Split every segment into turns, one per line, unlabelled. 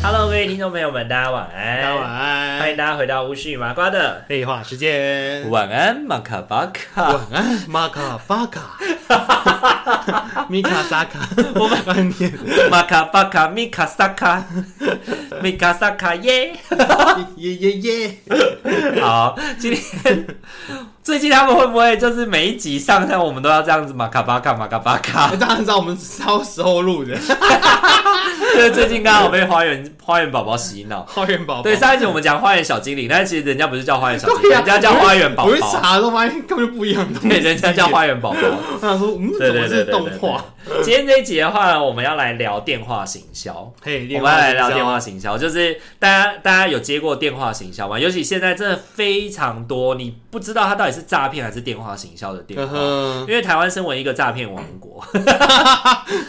Hello，各位听众朋友们，大家晚安，
大家晚
欢迎
安。
大家回到巫师与麻瓜的
哎废话时间，
晚安，马卡巴卡。
晚安，玛卡巴 卡，米卡萨卡，我们念
马卡巴卡米卡萨卡， 米卡萨卡 耶！
耶耶耶。
好，今天最近他们会不会就是每一集上上我们都要这样子马卡巴卡马卡巴 卡？
大家知道我们超时候录的
因为最近刚好被花园花园宝宝洗脑，
花园宝宝，
对，上一集我们讲花园小精灵，但是其实人家不是叫花园小精灵，
对呀
人家叫花园宝
我一
宝，
查都发现根本就不一样的东西。
对，人家叫花园宝宝。
我想说，嗯，
对
怎
对对
么是
对
动
对
画？
对今天这一集的话，我们要来聊电话行销。
嘿，
我
电
们要
话
来聊
营销
电话，行销，就是大家大家有接过电话行销吗？尤其现在真的非常多，你不知道它到底是诈骗还是电话行销的电
嗯
话。
哼，
因为台湾身为一个诈骗王国，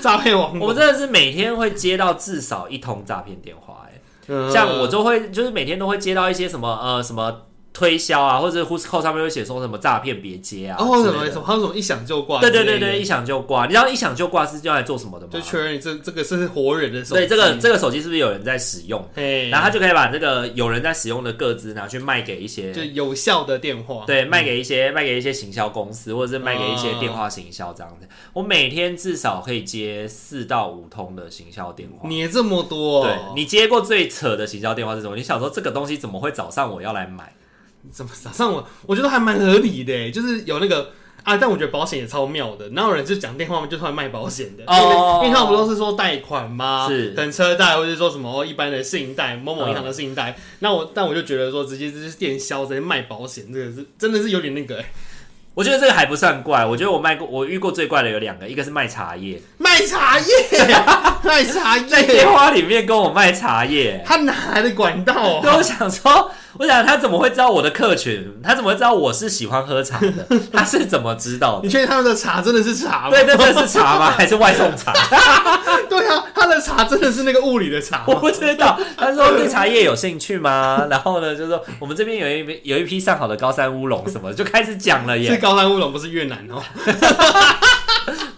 诈骗网
我
络，
真的是每天会接到至少一通诈骗电话、欸。
嗯
像我就会就是每天都会接到一些什么呃什么推销啊，或者 Who's Call 上面会写说什么诈骗别接啊，
哦
之
什
类
么
的
什么，还有什么一响就挂，
对对对对，一，响就挂。你知道一响就挂是用来做什么的吗？
就确认这这个是活人的手
对，
机，嗯
这个这个手机是不是有人在使用？
嘿，
然后他就可以把这个有人在使用的个资拿去卖给一些，
就有效的电话，
对，卖给一些卖给一些行销公司，或者是卖给一些电话行销这
嗯
样子。我每天至少可以接四到五通的行销电话。
你也这么多
对
哦，
你接过最扯的行销电话是什么？你想说这个东西怎么会找上我要来买？
嗯怎么早上我我觉得还蛮合理的，欸就是有那个。啊，但我觉得保险也超妙的，哪有人就讲电话嘛，就突然卖保险的？
哦
因为因为他们不都是说贷款吗？
是嗯
等车贷，或者是说什么哦一般的信贷，某某银行的信贷。那我但我就觉得说，直接就是电销，直接卖保险，这个是真的是有点那个欸
我觉得这个还不算怪，我觉得我卖过，我遇过最怪的有两个，一个是卖茶 叶，
卖 茶叶，卖茶
在电
叶，
话里面跟我卖茶叶。
他哪来的管道
对，
啊？
我想说，我想他怎么会知道我的客群？他怎么会知道我是喜欢喝茶的？他是怎么知道
你
的？
确定他们的茶真的是茶吗？
对，这这是茶吗？还是外送茶？
对啊，他的茶真的是那个物理的茶
我
吗？
不知道。他说对茶叶有兴趣吗？然后呢，就说我们这边有一批有一批上好的高山乌龙什么的，就开始讲了
是
耶，
高山乌龙，不是越南哦。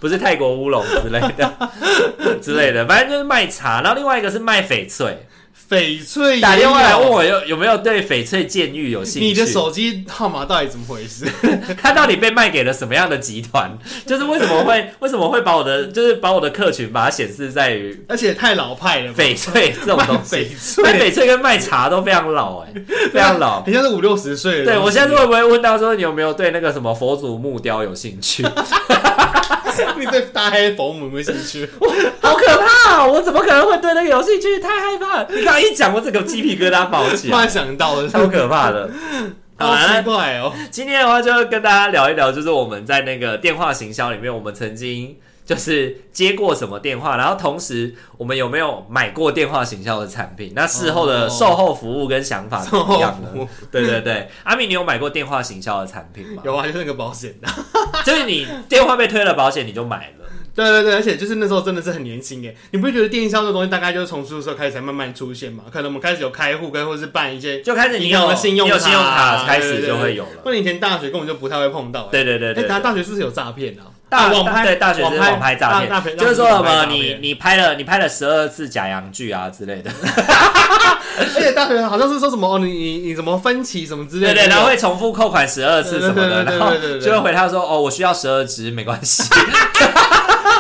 不是泰国乌龙之类的 之类的，反正就是卖茶。然后另外一个是卖翡翠，
翡翠
打电话来问
我，
我有有没有对翡翠监狱有兴趣？
哎你的手机号码到底怎么回事？
它到底被卖给了什么样的集团？ 就是为什么会为什么会把我的就是把我的客群把它显示在于
而且太老派了吧，
翡翠这种
卖
东西？
翡
卖
翠，
翡翠跟卖茶都非常老哎、非常老。
很像是五六十岁 的东
对
西。
我现在会不会问到说你有没有对那个什么佛祖木雕有兴 趣？
你对大黑佛母有没有兴 趣？
好可怕、哦！我怎么可能会对那个有兴趣？太害怕了！你刚刚一讲，我整个鸡皮疙瘩冒起
突然
来，
想到了，
超可怕的。 好
好
啦
奇怪哦。
今天的话，就要跟大家聊一聊，就是我们在那个电话行销里面，我们曾经就是接过什么电话，然后同时我们有没有买过电话行销的产品？那事后的
哦
售后服务跟想法怎
售
么
后
样
服
呢
务？
对对对，阿米，你有买过电话行销的产品吗？
有啊，就是那个保险的。
就是你电话被推了保险，你就买了。
对对对，而且就是那时候真的是很年轻哎，你不会觉得电销这东西大概就是从出社开始才慢慢出现嘛？可能我们开始有开户跟或是办一些，
就开始你
银行
有
的信用
你有
卡
信用卡
对
开始
对对
就会有了。
不然以前大学根本就不太会碰到欸。
对对对对
哎，大
对。
大学是不是有诈骗啊？
大
啊网拍
对大学是网拍诈
大大学
骗，就是说什么
大
你
学是网拍诈骗
你拍了你拍了十二次假洋剧啊之类的，
而哎且大学好像是说什么哦，你你你怎么分期什么之
对
类的，
对，然后会重复扣款十二次什么的，
对对对
然后
对对对
就会回他说：“哦，我需要十二支，没关 系。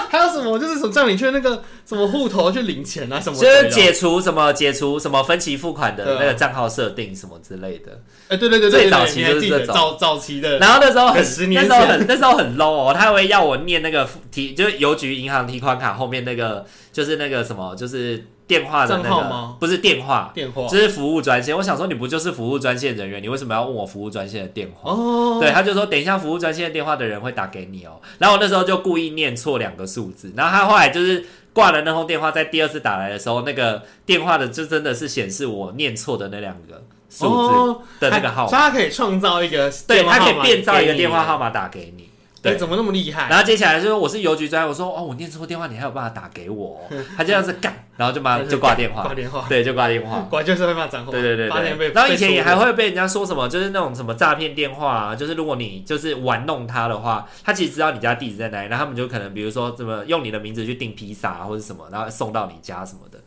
还有什么就是什么叫你去那个什么户头去领钱啊什”么
就
之
是
类的，
解除什么解除什么分期付款的
对啊
那个账号设定什么之类的。
哎对对对对，
最
对
早期
你还
就是
记得
这种
早早期的，
然后那时候很
十
那
年
时候
前
很那时候很 low 哦，他还会要我念那个付提就是邮局银行提款卡后面那个就是那个什么就是。电话的那
账号
个
吗，
不是电话，
电话
就是服务专线。我想说，你不就是服务专线人员，你为什么要问我服务专线的电话？
哦，
对，他就说等一下服务专线电话的人会打给你哦。然后我那时候就故意念错两个数字，然后他后来就是挂了那通电话，在第二次打来的时候，那个电话的就真的是显示我念错的那两个数字
哦
的那个号码，
所以他可以创造一个
对
电话
他可
号
以
码
变造一个电话
给
号码打给你。
你，
对
哎，，怎么那么厉害？
然后接下来就是我是邮局专员，我说哦，我念错电话，你还有办法打给我哦、他这样子干，然后就马上就挂电 话
挂，电话，
对，就挂电话。
果然就是会骂脏话，
对对对
八哦年被，
对，然后以前也还
会
会被人家说什么，就是那种什么诈骗电话啊，就是如果你就是玩弄他的话，他其实知道你家地址在哪里，然后他们就可能比如说怎么用你的名字去订披萨、啊、或者什么，然后送到你家什么的，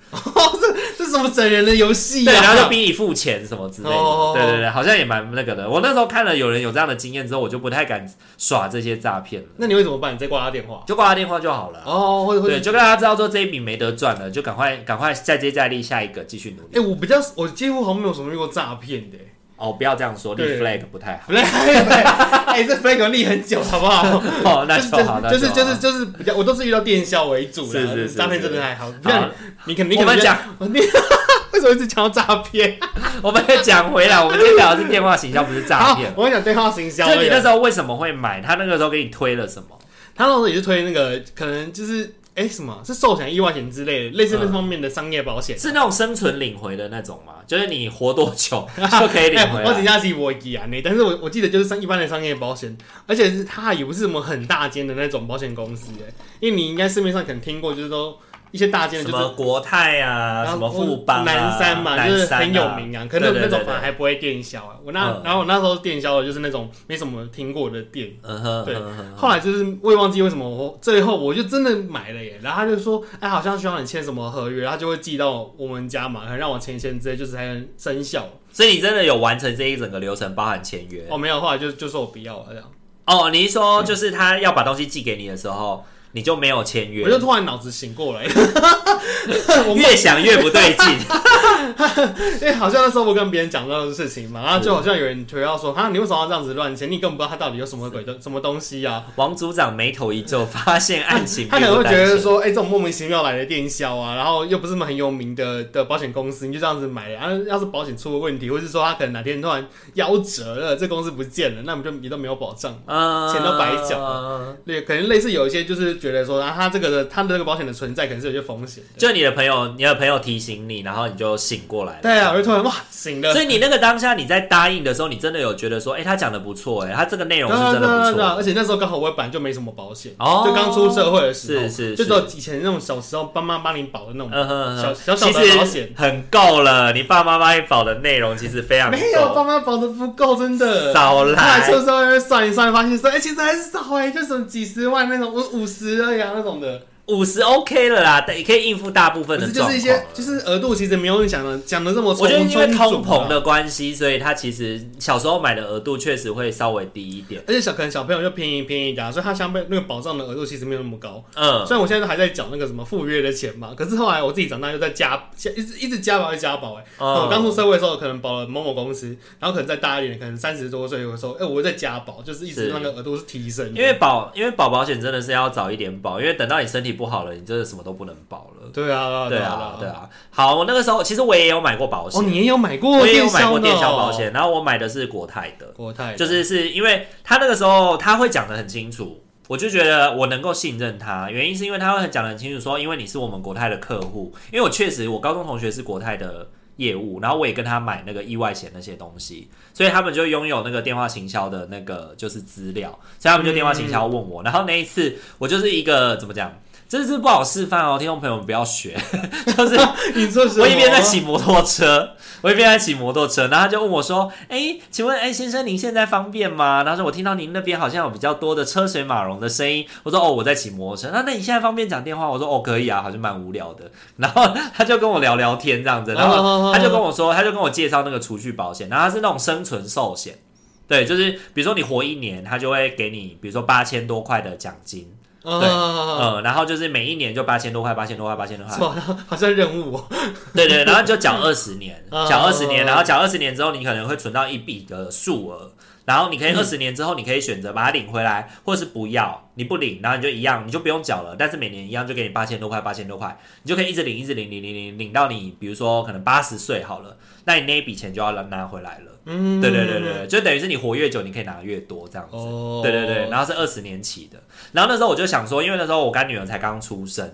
这是什么整人的游戏啊？
对，然后就逼你付钱什么之类的，
哦
对对对，好像也蛮那个的。我那时候看了有人有这样的经验之后，我就不太敢耍这些诈骗了，
那你会怎么办？你再挂他电话？
就挂他电话就好了啊。
哦，会
对，
会。
就让他知道说这一笔没得赚了，就赶快赶快再接再厉，下一个继续努力。
哎，我比较，我几乎好像没有什么遇过诈骗的。
哦，不要这样说，立
对
flag 不太好。
不对，哎，这 flag 立很久，好不好？
哦， 那就好，那
就是
好
就是就是比较，我都是遇到电销为主
是
的，
是是
诈骗真的还好。那你肯定
我们讲，
你 为什么一直讲到诈骗？
我们再讲回来，我们今天聊的是电话行销，不是诈
好
骗，。
我跟你讲对话行销
就
而已。
是你那时候为什么会买？他那个时候给你推了什么？
他那时候也是推那个，可能就是哎、诶什么是寿险、意外险之类的，类似
嗯
那方面的商业保险。
是那种生存领回的那种吗？就是你活多久就可以领
哎、
回
我只
来？
下是我记啊，你，但是我我记得就是商一般的商业保险，而且是它也不是什么很大间的那种保险公司哎、因为你应该市面上可能听过，就是都一些大间的，
什
就
么
是
国泰啊，什
然后
么富邦啊、
南山嘛，
南
就是
山啊
很有名啊。可能
对对对
那种
对
反而还不会电销啊。我那、
嗯
然后我那时候电销的就是那种没什么听过的店，
嗯哼，
对
嗯哼
后来就是我也忘记为什么我最后我就真的买了耶，然后他就说，哎，好像需要你签什么合约，他就会寄到我们家嘛，可能让我签一签之类，就是才能生效。
所以你真的有完成这一整个流程，包含签约。
哦，没有，后来就就说我不要了这样，
哦，你一说就是他要把东西寄给你的时候，你就没有签约
我，就突然脑子醒过来， 我
越想越不对 劲。
因为好像那时候我跟别人讲到的事情嘛，然后就好像有人推到说，啊，你为什么要这样子乱签？你根本不知道他到底有什么鬼东什么东西呀、啊。
王组长眉头一皱，发现案情
他
并
可能
不
会
单
觉得
纯。
说，哎、这种莫名其妙来的电销啊，然后又不是什么很有名的的保险公司，你就这样子买了，然、后要是保险出了问题，或是说他可能哪天突然夭折了，这公司不见了，那我们就也都没有保障。
嗯
钱都白缴
啊
对，可能类似有一些就是觉得说，啊，他这个的他的这个保险的存在，可能是有些风险的。
就你的朋友，你的朋友提醒你，然后你就醒过来了。
对啊，我就突然哇醒了，
所以你那个当下你在答应的时候，你真的有觉得说，哎、他讲的不错，哎，他这个内容
对啊
是真的不
对啊对啊
错。
而且那时候刚好我本来就没什么保险，
哦
就刚出社会的时候，
是是
就只有以前那种小时候爸妈帮你保的那种，
嗯哼
小
哼，
小小的
其实
保险
很够了。你爸妈帮你保的内容其实非常
没有爸
够，
妈保的不够，真的。
少
后来
来。
出社会算一算，发现说，哎、其实很少哎、就什么几十万那种，五五十而已啊那种的，
五十 OK 了啦，但也可以应付大部分
可
的
是就
状况
是一些
了。
就是额度其实没有你讲的讲的这么充
我觉得因为通膨，
充足啊
的关系，所以他其实小时候买的额度确实会稍微低一点。
而且小可能小朋友就便宜便宜的、啊，所以他相对那个保障的额度其实没有那么高。
嗯，
虽然我现在都还在缴那个什么赴约的钱嘛，可是后来我自己长大又在加，一直一直加保，一直加保哎、
哦
我刚出社会的时候，可能保了某某公司，然后可能再大一点，可能三十多岁的时候，哎、我在加保，就是一直
是
那个额度是提升的。
因为保因为保保险真的是要早一点保，因为等到你身体不好了，你真的什么都不能保了。
对啊，
对
啊
啊，，对啊。好，我那个时候其实我也有买过保险，
哦，你也有买过、
我也有买过电销
销
保，险，然后我买的是国泰的，
国泰的
就是是因为他那个时候他会讲的很清楚。我就觉得我能够信任他，原因是因为他会讲的很清楚，说因为你是我们国泰的客户，因为我确实我高中同学是国泰的业务，然后我也跟他买那个意外险那些东西，所以他们就拥有那个电话行销的那个就是资料，所以他们就电话行销问我，然后那一次我就是一个怎么讲，这是不好示范哦，听众朋友们不要学，就是
你说什么？
我一边在骑摩托车，我一边在骑摩托车，然后他就问我说：“哎、请问哎、先生您现在方便吗？”然后说：“我听到您那边好像有比较多的车水马龙的声音。”我说：“哦，我在骑摩托车。”那那你现在方便讲电话？我说：“哦，可以啊，好像蛮无聊的。”然后他就跟我聊聊天这样子，然
哦哦
后
哦
他就跟我说，他就跟我介绍那个储蓄保险，然后它是那种生存寿险，对，就是比如说你活一年，他就会给你比如说八千多块的奖金，对
啊，
嗯，然后就是每一年就八千多块，八千多块，八千多块
是，吧？好像任务哦，
对对， 然后就缴二十年，
哦
缴二十年，然后缴二十年之后，你可能会存到一笔的数额，然后你
嗯
可以二十年之后，你可以选择把它领回来，或者是不要，你不领，然后你就一样，你就不用缴了。但是每年一样就给你八千多块，八千多块，你就可以一直领，一直领，领领领领到你，比如说可能八十岁好了，那你那一笔钱就要拿拿回来了。
嗯，
对对对对，对，就等于是你活越久，你可以拿越多这样子。
哦，
对对对，，然后是二十年起的。然后那时候我就想说，因为那时候我干女儿才刚出生，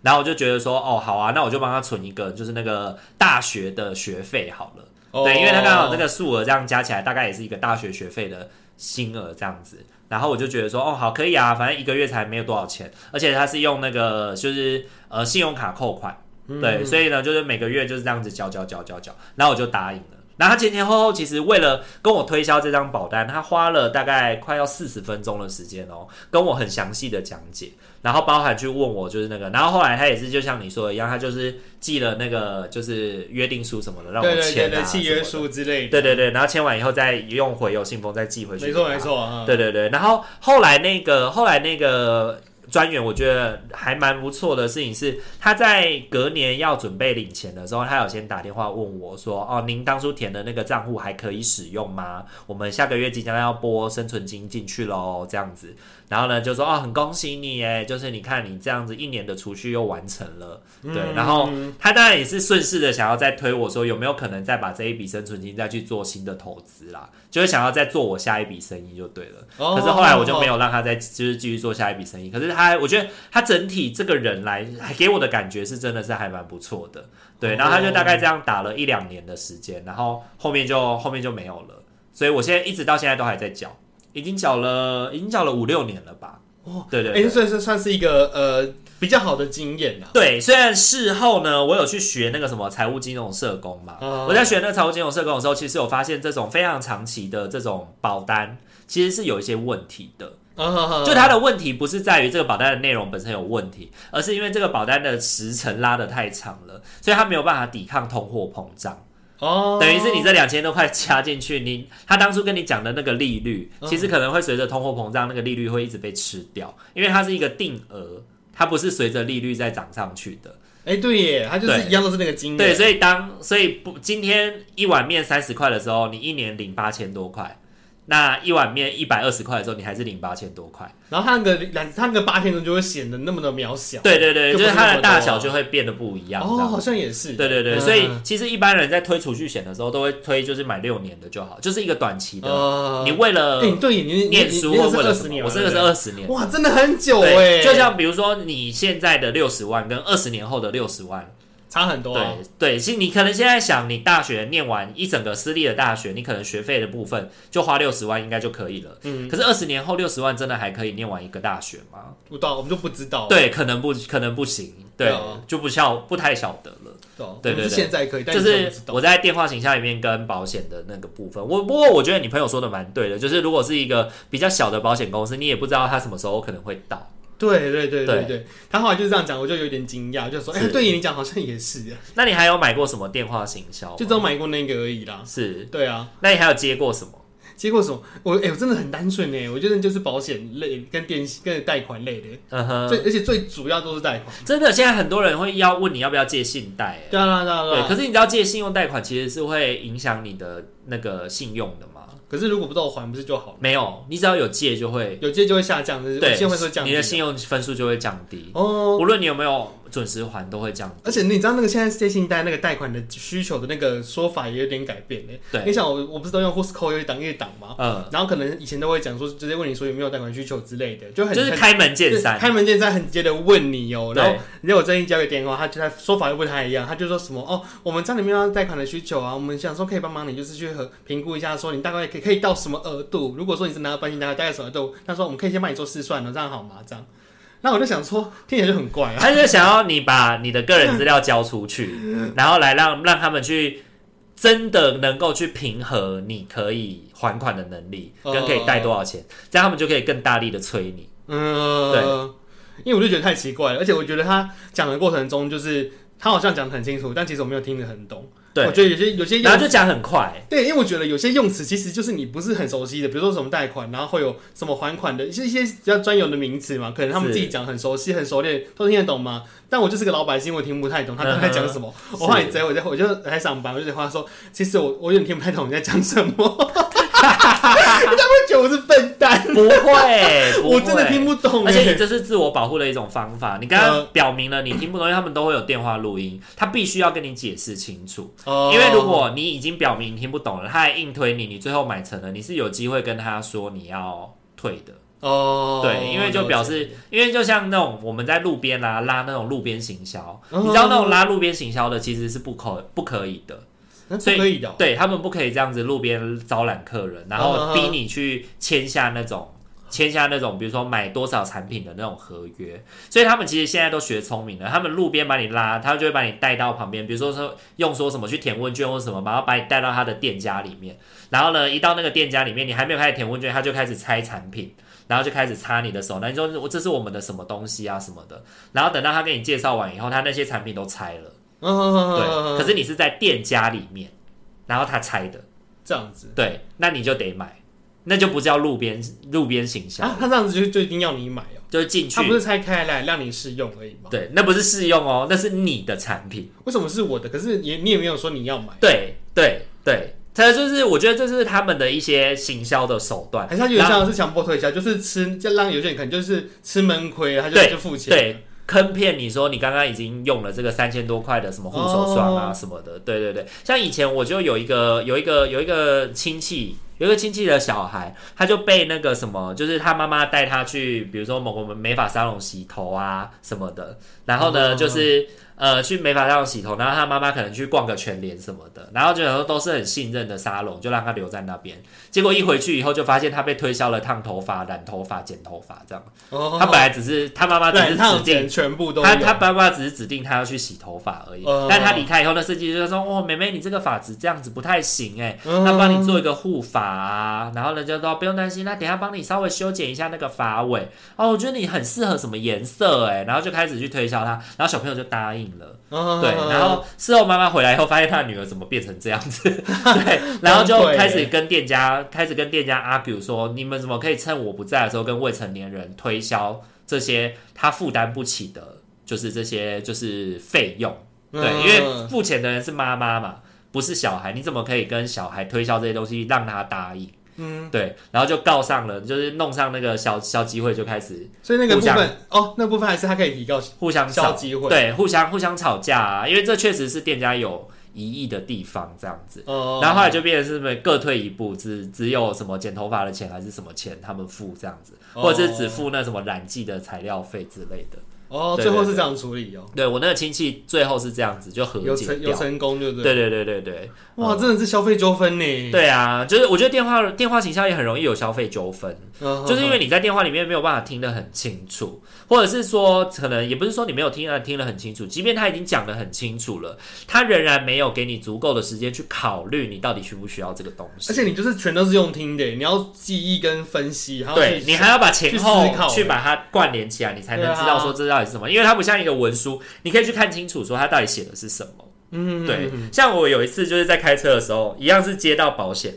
然后我就觉得说，哦，好啊，那我就帮她存一个，就是那个大学的学费好了。对，因为她刚好那个数额这样加起来，大概也是一个大学学费的金额这样子。然后我就觉得说，哦，好，可以啊，反正一个月才没有多少钱，而且她是用那个就是呃信用卡扣款，
嗯
对，所以呢，就是每个月就是这样子缴缴缴缴缴，然后我就答应了。然后他前前后后其实为了跟我推销这张保单，他花了大概快要四十分钟的时间哦，跟我很详细的讲解，然后包含去问我就是那个，然后后来他也是就像你说的一样，他就是寄了那个就是约定书什么的让
对
我
对对
签
对
啊，
契约，书之类的，
对对对，然后签完以后再用回邮信封再寄回去，
没错没。错啊，
对对对，然后后来那个后来那个专员，我觉得还蛮不错的事情是，他在隔年要准备领钱的时候，他有先打电话问我说：“哦，您当初填的那个账户还可以使用吗？我们下个月即将要拨生存金进去喽，这样子。”然后呢，就说：“哦，很恭喜你耶，就是你看你这样子一年的储蓄又完成了。”对，
嗯
然后他当然也是顺势的想要再推我说有没有可能再把这一笔生存金再去做新的投资啦，就是想要再做我下一笔生意就对了。
哦
可是后来我就没有让他再就是继续做下一笔生意。可是他，我觉得他整体这个人来给我的感觉是真的是还蛮不错的，对。
哦
然后他就大概这样打了一两年的时间，然后后面就后面就没有了。所以我现在一直到现在都还在缴，已经缴了已经缴了五六年了吧？哦，对对
哎，
对。
算是算是一个呃比较好的经验啊啦。
对，虽然事后呢，我有去学那个什么财务金融社工嘛，
哦
我在学那个财务金融社工的时候，其实有发现这种非常长期的这种保单，其实是有一些问题的。
啊，
就它的问题不是在于这个保单的内容本身有问题，而是因为这个保单的时程拉得太长了，所以它没有办法抵抗通货膨胀。
哦，
等于是你这两千多块加进去，你他当初跟你讲的那个利率，其实可能会随着通货膨胀，那个利率会一直被吃掉，因为它是一个定额，它不是随着利率在涨上去的。
哎对耶，它就是
对
一样都是那个经验，
对，所以当所以不今天一碗面三十块的时候，你一年领八千多块。那一碗面一百二十块的时候，你还是领八千多块，
然后它那个两它那个八天中就会显得那么的渺小。
对对对，
就
就
不
是
是那
它
么
的大
多
小
啊
就会变得不一样。这
哦，
样
好像也是。
对对对，
嗯
所以其实一般人在推储蓄险的时候，都会推就是买六年的就好，就是一个短期的。
呃
你，为了
哎，对，你你
念书
你
或
那个
为
是
了
二
什
十
么，
年，
我这个是二十年。
哇，真的很久哎，
对，就像比如说你现在的六十万跟二十年后的六十万，
差很多啊。
对对，其实你可能现在想，你大学念完一整个私立的大学，你可能学费的部分就花六十万应该就可以了。
嗯，
可是二十年后六十万真的还可以念完一个大学吗？
不到我们就不知道。
对，可能不可能不行，对，
哦对啊
就不晓不太晓得了。
懂，
对对
我们是
对
现在可以，但
就
以前
是
不知道
我在电话形象里面跟保险的那个部分，我不过我觉得你朋友说的蛮对的，就是如果是一个比较小的保险公司，你也不知道它什么时候可能会到。
对对对对
对
对，他后来就是这样讲，我就有点惊讶，就说：“哎、
是
对你讲好像也是，啊
那你还有买过什么电话行销吗？
就只有买过那个而已啦。
哦是，”
对啊，
那你还有接过什么？
结果什么？我哎、我真的很单纯哎，我觉得就是保险类跟电跟贷款类的，
嗯哼，
最而且最主要都是贷款。
真的，现在很多人会要问你要不要借信贷、欸
对啊对啊对啊对
对，
啊。
可是你知道借信用贷款其实是会影响你的那个信用的吗？
可是如果不知道我还不是就好了？
没有，你只要有借就会，
有些就会下降，就是
对，
呃现会说降低啊
你的信用分数就会降低。
哦。
无论你有没有准时还，都会降低。
而且你知道那个现在借信贷那个贷款的需求的那个说法也有点改变嘞。
对
你想我我不是都用 Husco 有一档一档吗？
嗯，
然后可能以前都会讲说，直接问你说有没有贷款需求之类的，就很
就是
很
开门见
对
山。
开门见山很直接的问你哦、然后
对
你知道我最近交个电话，他就他说法又不太一样，他就说什么哦，我们家里面有贷款的需求啊，我们想说可以帮忙你，就是去和评估一下，说你大概可以可以到什么额度，如果说你是拿到本金大概大概什么额度，他说我们可以先帮你做试算了，啊这样好吗？这样，那我就想说听起来就很怪啊，
他就是想要你把你的个人资料交出去，
嗯
然后来让让他们去真的能够去平衡你可以还款的能力，
哦
跟可以贷多少钱，这样他们就可以更大力的催你。
嗯，对，因为我就觉得太奇怪了，而且我觉得他讲的过程中就是。他好像讲的很清楚，但其实我没有听得很懂。
对
我，觉得有些有些用
然后就讲很快，
对，因为我觉得有些用词其实就是你不是很熟悉的，比如说什么贷款，然后会有什么还款的，一些一些比较专有的名词嘛，可能他们
是
自己讲很熟悉、很熟练，都听得懂嘛。但我就是个老百姓，我听不太懂他
嗯哼
刚才讲什么。我
是
后来直接我在我就来上班，我就跟他说，其实我我有点听不太懂你在讲什么。 他会觉得我是笨蛋，
不会，不会
我真的听不懂嗯
而且你
哎。
这是自我保护的一种方法。你刚刚表明了你听不懂，因为他们都会有电话录音，他必须要跟你解释清楚。
哦
因为如果你已经表明你听不懂了，他还硬推你，你最后买成了，你是有机会跟他说你要退的。
哦，
对，因为就表示，因为就像那种我们在路边啦、拉那种路边行销，
嗯
你知道那种拉路边行销的其实是不可不可以的。
那
所
是
以
可以的哦，
对他们不可以这样子路边招揽客人，然
嗯嗯
后
嗯
逼你去签下那种签下那种，比如说买多少产品的那种合约。所以他们其实现在都学聪明了，他们路边把你拉，他就会把你带到旁边，比如说说用说什么去填问卷或什么，然后把你带到他的店家里面。然后呢，一到那个店家里面，你还没有开始填问卷，他就开始拆产品。然后就开始擦你的手，那你说我这是我们的什么东西啊什么的，然后等到他跟你介绍完以后，他那些产品都拆了，
嗯
对，
对
可是你是在店家里面，然后他拆的，
这样子
对，那你就得买，那就不叫路边路边行销，
啊，他这样子就就一定要你买哦，
就是进去
他，不是拆开来让你试用而已吗？
对，那不是试用哦，那是你的产品，
为什么是我的？可是也你也没有说你要买，
对对对，这就是我觉得这是他们的一些行销的手段，
还是他有点
然后
像是强迫推销，就是吃，就让有些人可能就是吃闷亏，他就
对
就付钱，
对。坑骗你说你刚刚已经用了这个三千多块的什么护手霜啊
哦
什么的，对对对，像以前我就有一个有一个有一个亲戚，有一个亲戚的小孩，他就被那个什么，就是他妈妈带他去，比如说某个美发沙龙洗头啊什么的，然后呢、
哦
就是呃去美发沙龙洗头，然后他妈妈可能去逛个全联什么的，然后就想说都是很信任的沙龙，就让他留在那边，结果一回去以后就发现他被推销了烫头发、染头发、剪头发这样，
哦，
他本来只是他妈妈只是
对，他有
指定
钱全部都有
他他爸爸只是指定他要去洗头发而已，
嗯
但他离开以后，那设计师就说：“哦，妹妹，你这个发质这样子不太行哎、
嗯
他帮你做一个护发啊，然后人家说不用担心，那等一下帮你稍微修剪一下那个发尾哦，我觉得你很适合什么颜色哎、然后就开始去推销他，然后小朋友就答应了，
哦
对，然后事后妈妈回来以后，发现她的女儿怎么变成这样 子，对，然后就开始跟店家开始跟店家 argue 说，你们怎么可以趁我不在的时候跟未成年人推销这些他负担不起的，就是这些就是费用，对，
嗯
因为付钱的人是妈妈嘛，不是小孩，你怎么可以跟小孩推销这些东西让他答应？
嗯，
对，然后就告上了，就是弄上那个小小机会，就开始
所以那个部
互
分哦，那部分还是他可以提高
互相
消
找
机会，
对，互相互相吵架啊，因为这确实是店家有疑义的地方，这样子。
哦，
然后后来就变成是不是各退一步，只只有什么剪头发的钱还是什么钱他们付这样子，或者是只付那什么染剂的材料费之类的。
哦，
对
最后
对
是
对
这样处理哦，
对我那个亲戚最后是这样子就和
有
解
成有
掉。
成功，对不对？
对对对对对，
哇，真的是消费纠纷呢，
对啊，就是我觉得电话电话行销也很容易有消费纠纷。
嗯，
就是因为你在电话里面没有办法听得很清楚，或者是说，可能也不是说你没有听啊听得很清楚，即便他已经讲得很清楚了，他仍然没有给你足够的时间去考虑你到底需不需要这个东西。
而且你就是全都是用听的，你要记忆跟分析，然后
对
去
你还要把前后
去思考
去把它关联起来，你才能
对啊
知道说这到底是什么，因为它不像一个文书，你可以去看清楚说它到底写的是什么。
嗯，
对，像我有一次就是在开车的时候，一样是接到保险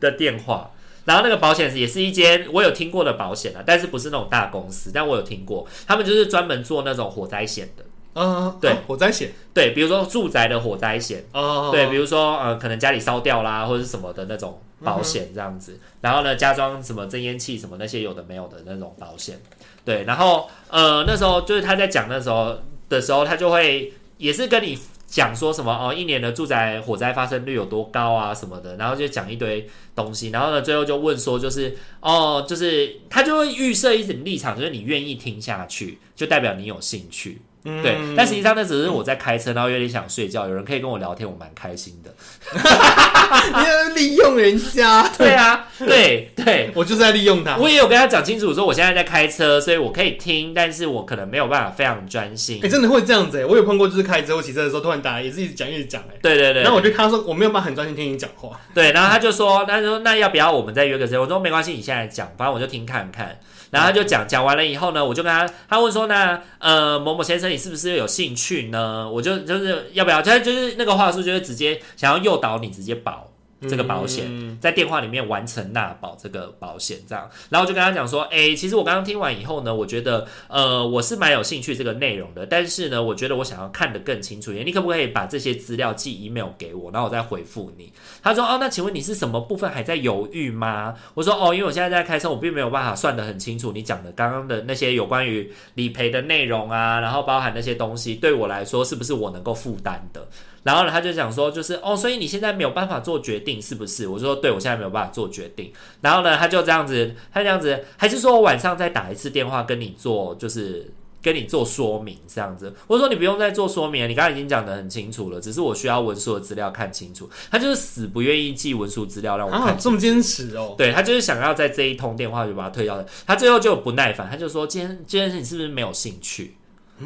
的电话，然后那个保险也是一间我有听过的保险啊，但是不是那种大公司，但我有听过，他们就是专门做那种火灾险的，
嗯，
对
哦，我在写
对，比如说住宅的火灾险，
哦，
对，比如说呃可能家里烧掉啦或者是什么的那种保险这
嗯
样子，然后呢加装什么增烟器什么那些有的没有的那种保险，对，然后呃那时候就是他在讲那时候的时候，他就会也是跟你讲说什么哦一年的住宅火灾发生率有多高啊什么的，然后就讲一堆东西，然后呢最后就问说就是哦就是他就会预设一种立场，就是你愿意听下去，就代表你有兴趣。
嗯
对，但实际上那只是我在开车，然后有点想睡觉，有人可以跟我聊天，我蛮开心的。
你要利用人家，
对啊， 对对，
我就是在利用他。
我也有跟他讲清楚，说我现在在开车，所以我可以听，但是我可能没有办法非常专心
哎、。真的会这样子哎、我有碰过，就是开车或骑车的时候，突然打来，也是一直讲一直讲哎、
对对对
然后我就看他说，我没有办法很专心听你讲话。
对，然后他就说，他就说那要不要我们再约个时间？我说没关系，你现在讲，反正我就听看看。然后他就讲讲完了以后呢，我就跟他，他问说那呃某某先生，你是不是有兴趣呢？我就就是要不要？他就是那个话术，就是直接想要诱导你直接保。这个保险，
嗯
在电话里面完成纳保这个保险这样。然后我就跟他讲说，哎、其实我刚刚听完以后呢，我觉得呃我是蛮有兴趣这个内容的，但是呢，我觉得我想要看得更清楚一点，你可不可以把这些资料寄 email 给我，然后我再回复你？他说哦，那请问你是什么部分还在犹豫吗？我说哦，因为我现在在开车，我并没有办法算得很清楚你讲的刚刚的那些有关于理赔的内容啊，然后包含那些东西，对我来说是不是我能够负担的？然后呢，他就讲说，就是哦，所以你现在没有办法做决定，是不是？我就说，对，我现在没有办法做决定。然后呢，他就这样子，他这样子，还是说我晚上再打一次电话跟你做，就是跟你做说明这样子。我说你不用再做说明了，你刚才已经讲得很清楚了，只是我需要文书的资料看清楚。他就是死不愿意寄文书资料让我看
啊，这么坚持哦，
对他就是想要在这一通电话就把他推掉的，他最后就不耐烦，他就说：“今天这件事情是不是没有兴趣？”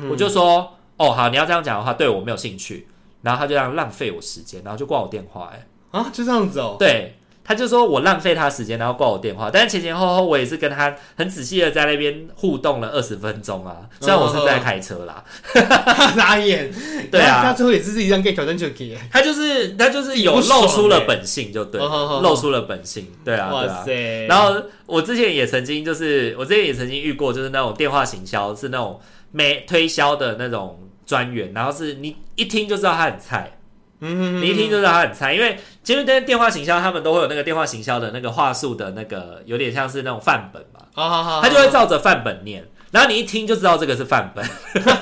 我就说：“哦，好，你要这样讲的话，对我没有兴趣。”然后他就这样浪费我时间，然后就挂我电话、哎，
啊，就这样子 哦，
对，他就说我浪费他时间，然后挂我电话。但是前前后后我也是跟他很仔细的在那边互动了二十分钟啊，虽然我是在开车啦，
傻眼，
对啊
他最后也是自己这样给挑战就给，
他就是他就是有露出了本性，就对了，
哦好好好
露出了本性，对啊，对啊
哇。塞，
然后我之前也曾经就是，我之前也曾经遇过，就是那种电话行销是那种没推销的那种专员，然后是你一听就知道他很菜，
嗯，嗯
你一听就知道他很菜，因为其实在电话行销他们都会有那个电话行销的那个话术的那个，有点像是那种范本嘛，
好好好，
他就会照着范本念，然后你一听就知道这个是范本。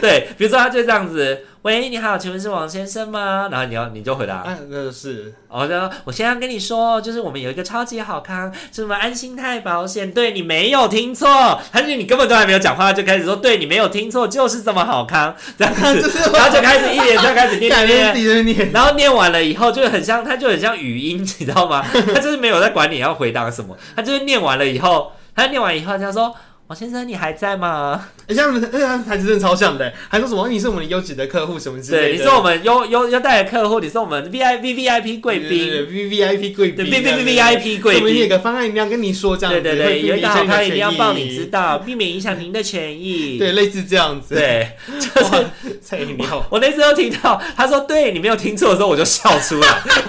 对，比如说他就这样子，喂，你好，请问是王先生吗？然后你要你就回答，
啊，那是
我说，我现在跟你说，就是我们有一个超级好康，什么安心泰保险，对你没有听错，还是你根本都还没有讲话就开始说，对你没有听错，就是这么好康，这样
就
子
是，
然后就开始一连串开始念
感
念
觉
念
自，己在念，
然后念完了以后，就很像，他就很像语音，你知道吗？他就是没有在管你要回答什么，他就是念完了以后，他念完以后，他说：“王先生，你还在吗？
哎像哎呀，台词真的超像的，欸还说什么你是我们的优质的客户什么之
对，
类的，
你是我们优优优待的客户，你是我们 V I V V I P 贵宾，
，V V I P 贵
对
宾
V V V I P 贵
我们
宾
有。个方案一定要跟你说，这样
对
子
对
会
对，有一个好
避免
康一
些
定要
权益
报你知道，避免影响您的权益。
对，类似这样子，，
对，
就是菜鸟，
我那时候听到他说对你没有听错的时候，我就笑出 来，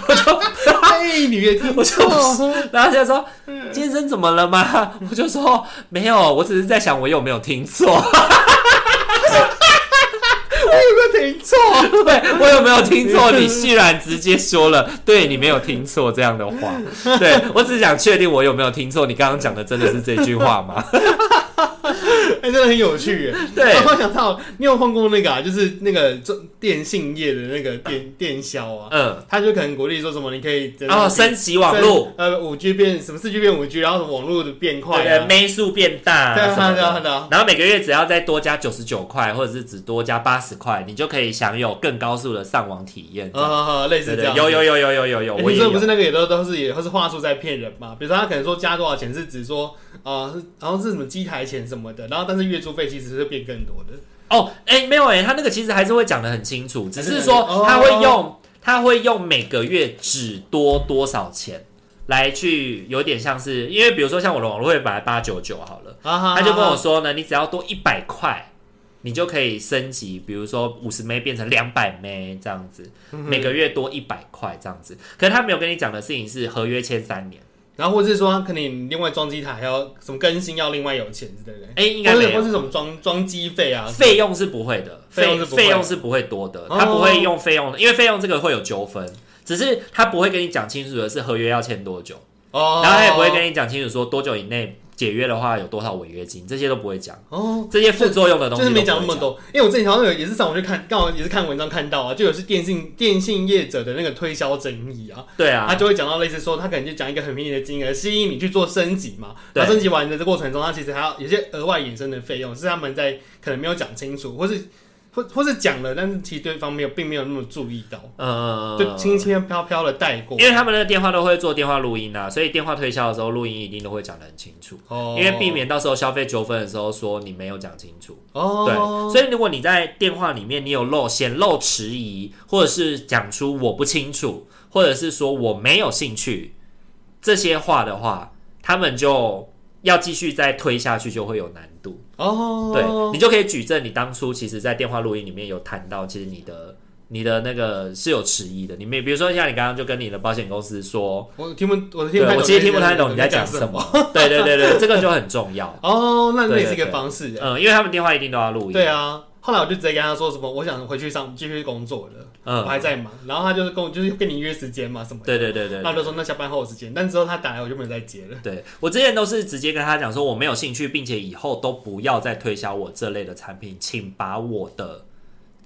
我就
哎，你也听
我就
错，
然后他就说先生怎么了吗？ 我就说没有，我只是在想我有没有听错，
我哎有没有听错？
对我有没有听错？你居然直接说了对你没有听错这样的话，对我只是想确定我有没有听错，你刚刚讲的真的是这句话吗？
哎，真的很有趣耶。
对
我突然想到，你有碰过那个啊，就是那个做电信业的那个电电销啊，
嗯，
他就可能鼓励说什么，你可以
然后升级网络，，
呃，五 G 变什么四 G 变五 G，然后什么网络的变快
对
啊，
枚数变大，
对
什
啊
么
对啊
的
对啊
然后每个月只要再多加九十九块，或者是只多加八十块，你就可以享有更高速的上网体验。
啊啊，啊类
对
似这
对，
样，
有有有有有有有，
欸
我也
听说不是
有。
那个也都都是也都是话术在骗人嘛？比如说他可能说加多少钱是指说啊、是然后是什么机台钱什么的，然后但是月租费其实是变更多的。
哦，哎，没有哎，他那个其实还是会讲的很清楚，只是说
哦
他会用他会用每个月只多多少钱来去，有点像是因为比如说像我的网络会本来八九九好了，
啊哈
他就跟我说呢，你只要多一百块，你就可以升级，比如说五十枚变成两百枚这样子，
嗯
每个月多一百块这样子。可是他没有跟你讲的事情是合约签三年，
然后或者是说他可能你另外装机台还要什么更新要另外有钱之类的，
哎、 应该
或
没
者或
有
是什么装装机费啊，
费用是不会的，
费
费
用是不会
费用是不会多的，
哦
他不会用费用的，因为费用这个会有纠纷。只是他不会跟你讲清楚的是合约要签多久，
哦，
然后他也不会跟你讲清楚说多久以内解约的话有多少违约金，这些都不会讲，
哦。
这些副作用的东
就
西都不
是没
会
讲那么多，因为我之前好像有也是上网去看，刚好也是看文章看到啊，就有是电信电信业者的那个推销争议啊，
对啊，
他就会讲到类似说，他可能就讲一个很便宜的金额，吸引你去做升级嘛。
对
然后升级完的这过程中，他其实还要有些额外衍生的费用，是他们在可能没有讲清楚，或是或或是讲了，但是其实对方没有并没有那么注意到，
呃，
就轻轻飘飘的带过。
因为他们的电话都会做电话录音啊，所以电话推销的时候录音一定都会讲得很清楚，
哦
因为避免到时候消费纠纷的时候说你没有讲清楚。对，
哦，
所以如果你在电话里面你有漏显露迟疑，或者是讲出我不清楚，或者是说我没有兴趣这些话的话，他们就要继续再推下去就会有难度。
哦，
对你就可以举证你当初其实，在电话录音里面有谈到，其实你的你的那个是有迟疑的。你没，比如说像你刚刚就跟你的保险公司说，
我听不，我听
对
不太懂。
我其实听不太懂你在讲什
什
么。。对对对对，这个就很重要。
哦，那那也是
对
一
对
个
对
方式。
嗯，因为他们电话一定都要录音。
对啊，后来我就直接跟他说什么，我想回去上继续工作了，我
嗯，
还在忙。然后他就是跟我就是跟你约时间嘛什么的。
对对对对
那我就说那下班后有时间，但之后他打来我就没有再接了。
对我之前都是直接跟他讲说我没有兴趣，并且以后都不要再推销我这类的产品，请把我的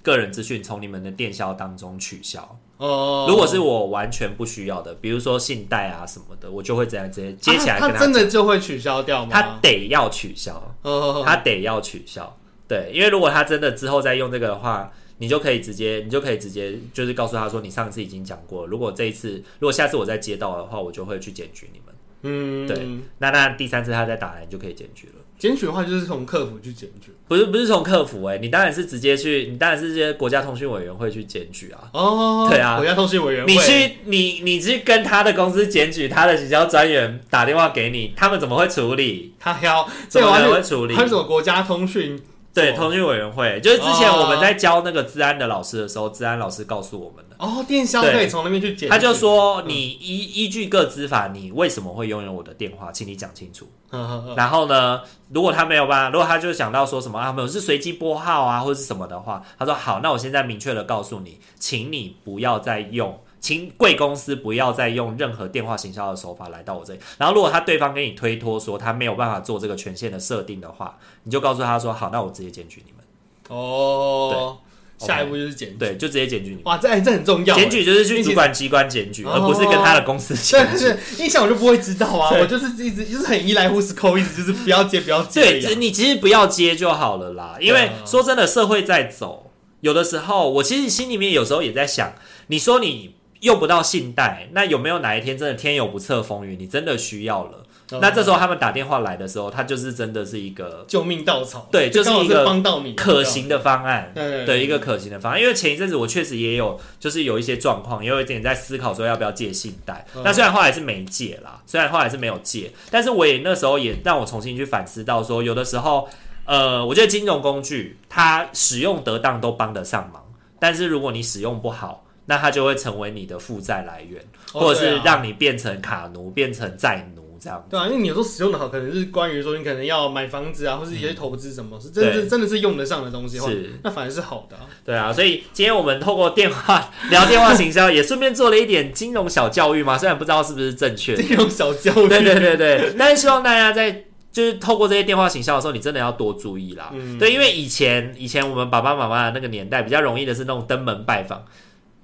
个人资讯从你们的电销当中取消。
哦，
如果是我完全不需要的，比如说信贷啊什么的，我就会这样直接接起来
啊
跟
他真的就会取消掉
他
吗？
得要取消，
哦，
他得要取消。对，因为如果他真的之后再用这个的话，你就可以直接，你就可以直接就是告诉他说，你上次已经讲过了，如果这一次，如果下次我再接到的话，我就会去检举你们。
嗯，
对那那第三次他再打来，你就可以检举了。
检举的话就是从客服去检举。
不是不是从客服哎、你当然是直接去，你当然是直接国家通讯委员会去检举啊。
哦，
对啊
国家通讯委员会，
你去你你去跟他的公司检举，他的行销专员打电话给你，他们怎么会处理？
他要
怎
这
么
个
可能
玩
会
意
处理
还？有什么国家通讯？
对，
什么
通讯委员会就是之前
哦
我们在教那个治安的老师的时候，治安老师告诉我们的，
哦，电销
对
可以从那边去检举，
他就说你依依据各资法，你为什么会拥有我的电话，请你讲清楚。
嗯，嗯嗯
然后呢，如果他没有办法，如果他就想到说什么啊，没有是随机拨号啊，或者是什么的话，他说好，那我现在明确的告诉你，请你不要再用，请贵公司不要再用任何电话行销的手法来到我这里。然后如果他对方给你推脱说他没有办法做这个权限的设定的话，你就告诉他说好，那我直接检举你们，
哦，
对
下一步就是检举。
对，就直接检举你们。
哇，这哎这很重要。
检举就是去
并且
主管机关检举，
哦
而不是跟他的公司检 举。
对，是印象我就不会知道啊，
对
我就是一直就是很依赖呼死扣，一直就是不要接不要接
对，
一样。
只你其实不要接就好了啦，因
对
为
啊
说真的，社会在走，有的时候我其实心里面有时候也在想，你说你用不到信贷，那有没有哪一天真的天有不测风云，你真的需要了？
嗯
那这时候他们打电话来的时候，他就是真的是一个
救命稻草，
对就是
刚好
一个
帮到你
可行的方案。
对
对一个可行的方案，因为前一阵子我确实也有，就是有一些状况，也有一点在思考说要不要借信贷。
嗯
那虽然后来是没借啦，虽然后来是没有借，但是我也那时候也让我重新去反思到说，有的时候，呃，我觉得金融工具它使用得当都帮得上忙，但是如果你使用不好，那它就会成为你的负债来源，
哦
或者是
对啊
让你变成卡奴，变成债奴这样。
对啊，因为你有时候使用的好，可能是关于说你可能要买房子啊，或是一些投资什么，是真的是真的是用得上的东西的
嗯
话
是，
那反而是好的啊、
对啊，所以今天我们透过电话聊电话行销，也顺便做了一点金融小教育嘛， 虽然不知道是不是正确的，
这种小教育，
对对对对，但是希望大家在就是透过这些电话行销的时候，你真的要多注意啦。
嗯
对，因为以前以前我们爸爸妈妈的那个年代，比较容易的是那种登门拜访，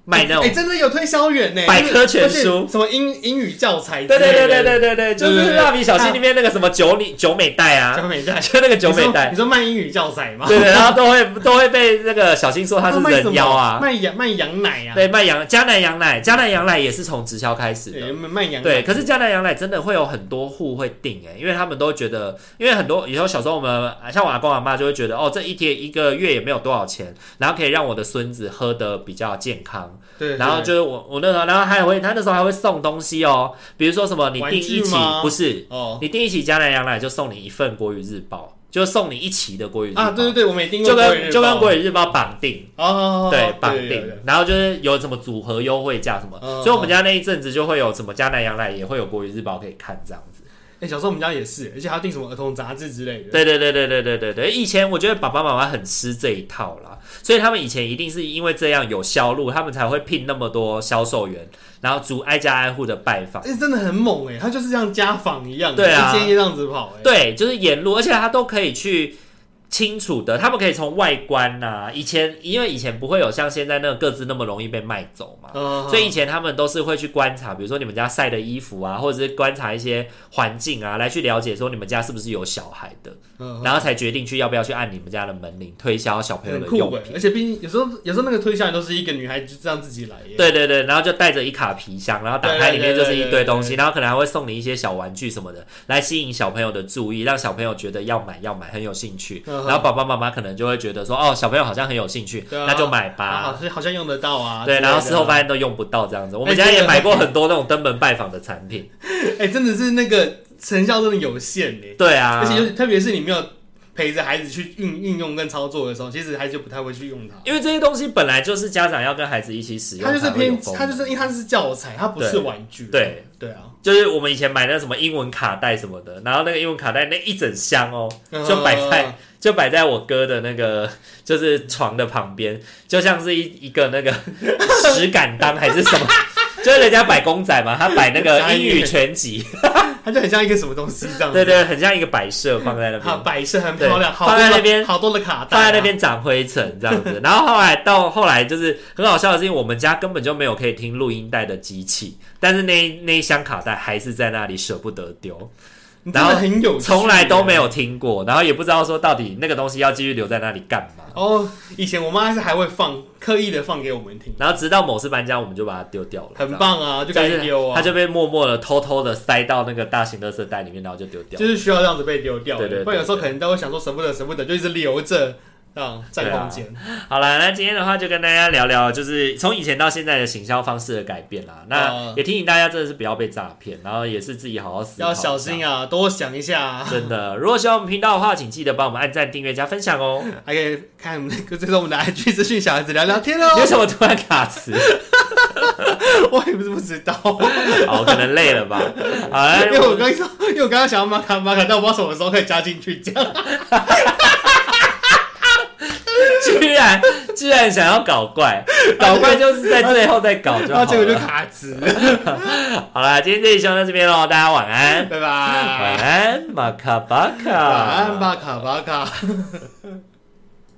卖那
哎、
种。
真的有推销员呢、
百科全书
而且什么英英语教材，
对对对对，对对对，就
对
是
对对
蜡笔小新里面那个什么九里九美袋
小
啊，
美代，
就那个九美袋
你说，你，说卖英语教材吗？哦
对对，然后都会都会被那个小新说他是
卖什
人
么
妖啊，
卖羊卖羊奶啊，
对，卖羊迦南羊奶，迦南羊奶也是从直销开始的
对，，卖羊奶，
对，可是江南羊奶真的会有很多户会订哎、因为他们都觉得，因为很多以后小时候我们像我阿公阿妈就会觉得，哦，这一天一个月也没有多少钱，然后可以让我的孙子喝的比较健康，
对，
然后就是我我那时候，然后还会他那时候还会送东西哦，比如说什么你
玩
订
具
一起
吗
不是，
哦
你订一起江南羊奶就送你一份国语日报，就送你一期的国语日报，
啊，对对对，我没听过
就
国语日报，
跟就跟国语日报绑定。
哦，
对，绑
对对
定
对，
然后就是有什么组合优惠价什么，
嗯
所以我们家那一阵子就会有什么迦南羊奶也会有国语日报可以看这样子。
哎、小时候我们家也是，而且还要订什么儿童杂志之类的。
对对对对对对对对，以前我觉得爸爸妈妈很吃这一套啦，所以他们以前一定是因为这样有销路，他们才会聘那么多销售员，然后逐挨家挨户的拜访。
哎、真的很猛哎、他就是像家访一样，
对啊
一间一间这样子跑哎、
对，就是沿路，而且他都可以去清楚的，他们可以从外观呐、以前因为以前不会有像现在那个各自那么容易被卖走嘛，
嗯
所以以前他们都是会去观察，比如说你们家晒的衣服啊，或者是观察一些环境啊，来去了解说你们家是不是有小孩的，
嗯
然后才决定去要不要去按你们家的门铃推销小朋友
很
的
酷
用
哎、
品。
而且毕竟有时候有时候那个推销员都是一个女孩，就这样自己来耶、
对对对，然后就带着一卡皮箱，然后打开里面就是一堆东
对对对对对
西，然后可能还会送你一些小玩具什么的，来吸引小朋友的注意，让小朋友觉得要买要买，很有兴趣。
嗯哼
然后爸爸妈妈可能就会觉得说，哦，小朋友好像很有兴趣，
对啊
那就买
啊，
吧
好。像好像用得到啊。
对，
之类的
然后事后发现都用不到这样子。我们家
哎
也
对
买过很多那种登门拜访的产品。
哎、真的是那个成效真的有限哎、
对啊，
而且尤其特别是你没有。陪着孩子去运运用跟操作的时候，其实孩子就不太会去用它。
因为这些东西本来就是家长要跟孩子一起使用，
它就是
才会有
偏，
风
它就是因为它是教材，它不是
对
玩具。
对，
对啊，
就是我们以前买那什么英文卡带什么的，然后那个英文卡带那一整箱哦，就摆在、
嗯
就摆在我哥的那个就是床的旁边，就像是一一个那 个石敢当还是什么， 就是人家摆公仔嘛，他摆那个英语全集，
它就很像一个什么东西这样子。
对对，很像一个摆设放在那边
好，。摆设很漂
对
亮，好多
放在
的
那边
好多的卡带、啊
放在那。边长灰尘这样子，然后后来到后来就是很好笑的是，因为我们家根本就没有可以听录音带的机器，但是那那一箱卡带还是在那里舍不得丢，
你真的
然后
很有趣
从来都没
耶
有听过，然后也不知道说到底那个东西要继续留在那里干嘛。
哦，以前我妈是还会放，刻意的放给我们听，
然后直到某次搬家，我们就把它丢掉了，
很棒啊，就
这样，
该
就是
丢啊，
它就被默默的、偷偷的塞到那个大型垃圾袋里面，然后就丢掉。
就是需要这样子被丢掉的，
对对对
不然有时候可能都会想说舍不得舍不得，就一直留着。啊，占空间，
好了，那今天的话就跟大家聊聊，就是从以前到现在的行销方式的改变啦。那
哦
也提醒大家，真的是不要被诈骗，然后也是自己好好思考，
要小心
啊。
啊，多想一 下、啊，
真的，如果喜欢我们频道的话，请记得帮我们按赞、订阅、加分享 哦。
还可以看我们的，这是我们的 IG 资讯，小孩子聊聊天哦。
为什么突然卡词？
我也不是不知道，
哦，可能累了 吧。好了，
因为我刚说，因为我刚刚想要马卡马卡，但我不知道什么时候可以加进去，这样
居然居然想要搞怪，搞怪就是在最后再搞就
然
好
后结果就
了。
卡值，
好啦，今天这集就到这边喽，大家晚安，
拜
晚
拜，
安，马卡巴卡，
晚安，马卡马卡。